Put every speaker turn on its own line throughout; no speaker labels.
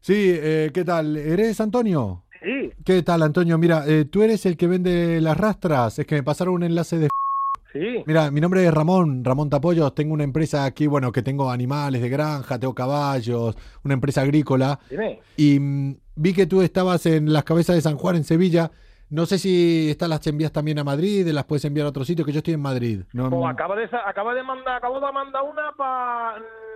Sí, eh, ¿qué tal? ¿Eres Antonio?
Sí,
¿Qué tal, Antonio? Mira, eh, tú eres el que vende las rastras. Es que me pasaron un enlace de...
sí.
Mira, mi nombre es Ramón, Ramón Tapoyos. Tengo una empresa aquí, bueno, que tengo animales de granja, tengo caballos, una empresa agrícola.
Dime.
Y mm, vi que tú estabas en las cabezas de San Juan, en Sevilla. No sé si estas las envías también a Madrid, las puedes enviar a otro sitio, que yo estoy en Madrid. No,
Pues
no-
acaba de, sa- acaba de mandar, acabo de mandar una para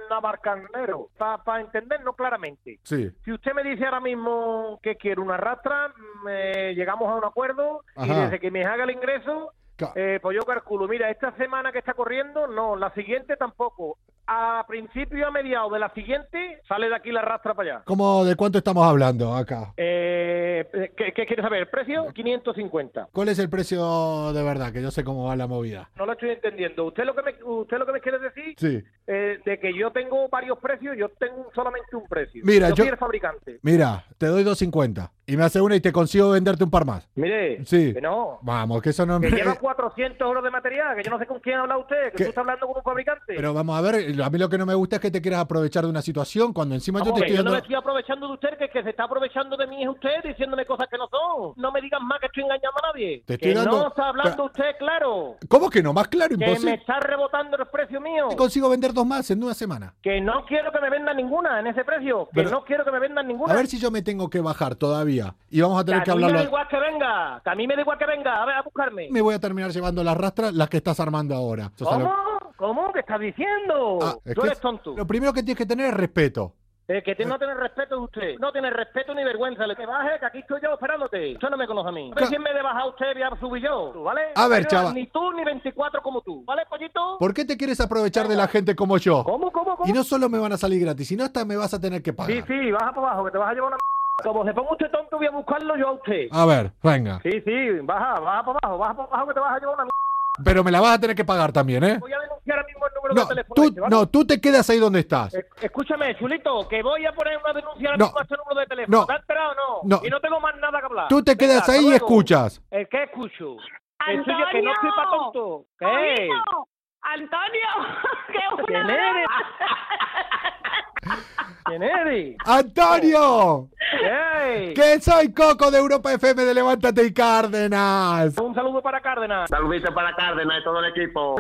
Navarcanero, para entendernos claramente.
Sí.
Si usted me dice ahora mismo que quiere una rastra, mm, eh, llegamos a un acuerdo y
Ajá.
desde que me haga el ingreso,
Ca-
eh, pues yo calculo, mira, esta semana que está corriendo, no, la siguiente tampoco. A principio, a mediados de la siguiente, sale de aquí la rastra para allá.
¿Cómo, de cuánto estamos hablando acá?
Eh, ¿qué, ¿Qué quiere saber? ¿El precio? 550.
¿Cuál es el precio de verdad? Que yo sé cómo va la movida.
No lo estoy entendiendo. ¿Usted lo que me, usted lo que me quiere decir
Sí.
eh, de que yo tengo varios precios, yo tengo solamente un precio.
Mira, yo-
soy el fabricante.
Mira, te doy 2.50 y me hace una y te consigo venderte un par más.
Mire,
Sí.
que no.
Vamos, que eso no
Que lleva 400 euros de material, que yo no sé con quién habla usted, que
¿Qué?
tú estás hablando con un fabricante.
Pero vamos a ver, a mí lo que no me gusta es que te quieras aprovechar de una situación cuando encima
Vamos,
yo te
que
estoy
yo no
dando...
me estoy aprovechando de usted, que el que se está aprovechando de mí es usted diciéndome cosas que no son. No me digan más que estoy engañando a nadie.
Te
que
estoy dando-
no está hablando usted, claro.
¿Cómo que no? Más claro,
Que me
imposible.
está rebotando el precio mío.
Te consigo vender dos más en una semana.
Que no quiero que me vendan ninguna en ese precio. Que
Pero-
no quiero que me vendan ninguna.
A ver si yo me tengo que bajar todavía y vamos a
Que
tener
a
que
mí me da
hablarlo.
igual que venga. Que a mí me da igual que venga. A ver, a buscarme.
Me voy a terminar llevando las rastras, las que estás armando ahora. Eso es a lo-
¿Cómo? ¿Cómo? ¿Qué estás diciendo?
Ah, es
Tú
que
eres tonto.
Lo primero que tienes que tener es respeto.
El que te- no tiene respeto es usted. No tiene respeto ni vergüenza. Le que baje, que aquí estoy yo esperándote. Usted no me conoce a mí. A ver
Ca-
si en vez de bajar usted, voy a subir yo. ¿tú, ¿Vale?
A ver,
Pero
chaval.
Ni tú ni 24 como tú. ¿Vale, pollito?
¿Por qué te quieres aprovechar de la gente como yo?
¿Cómo, cómo, cómo?
Y no solo me van a salir gratis, sino hasta me vas a tener que
Sí,
pagar.
sí, baja para abajo, que te vas a llevar una m***. Como se ponga usted tonto, voy a buscarlo yo a usted.
A ver, venga.
Sí, sí, baja, baja para abajo, baja para abajo, que te vas a llevar una m***.
Pero me la vas a tener que pagar también, ¿eh?
Voy a denunciar ahora mismo el número
No,
de teléfono.
tú,
este, ¿vale?
no, tú te quedas ahí donde estás.
Eh, Escúchame, chulito, que voy a poner una denuncia ahora
No.
mismo a este número de teléfono.
No.
¿Te has enterado o no?
No.
Y no tengo más nada que hablar.
Tú te
Venga,
quedas
hasta
ahí y
luego.
escuchas.
¿El qué escucho? Que
Antonio,
soy yo, que no estoy pa' tonto. ¿Qué?
amigo, Antonio, que
¿Quién
una
eres? ¿Quién eres?
¡Antonio!
¿Qué?
¡Que soy Coco de Europa FM de Levántate y Cárdenas!
Un saludo para Cárdenas.
Saludito para Cárdenas y todo el equipo.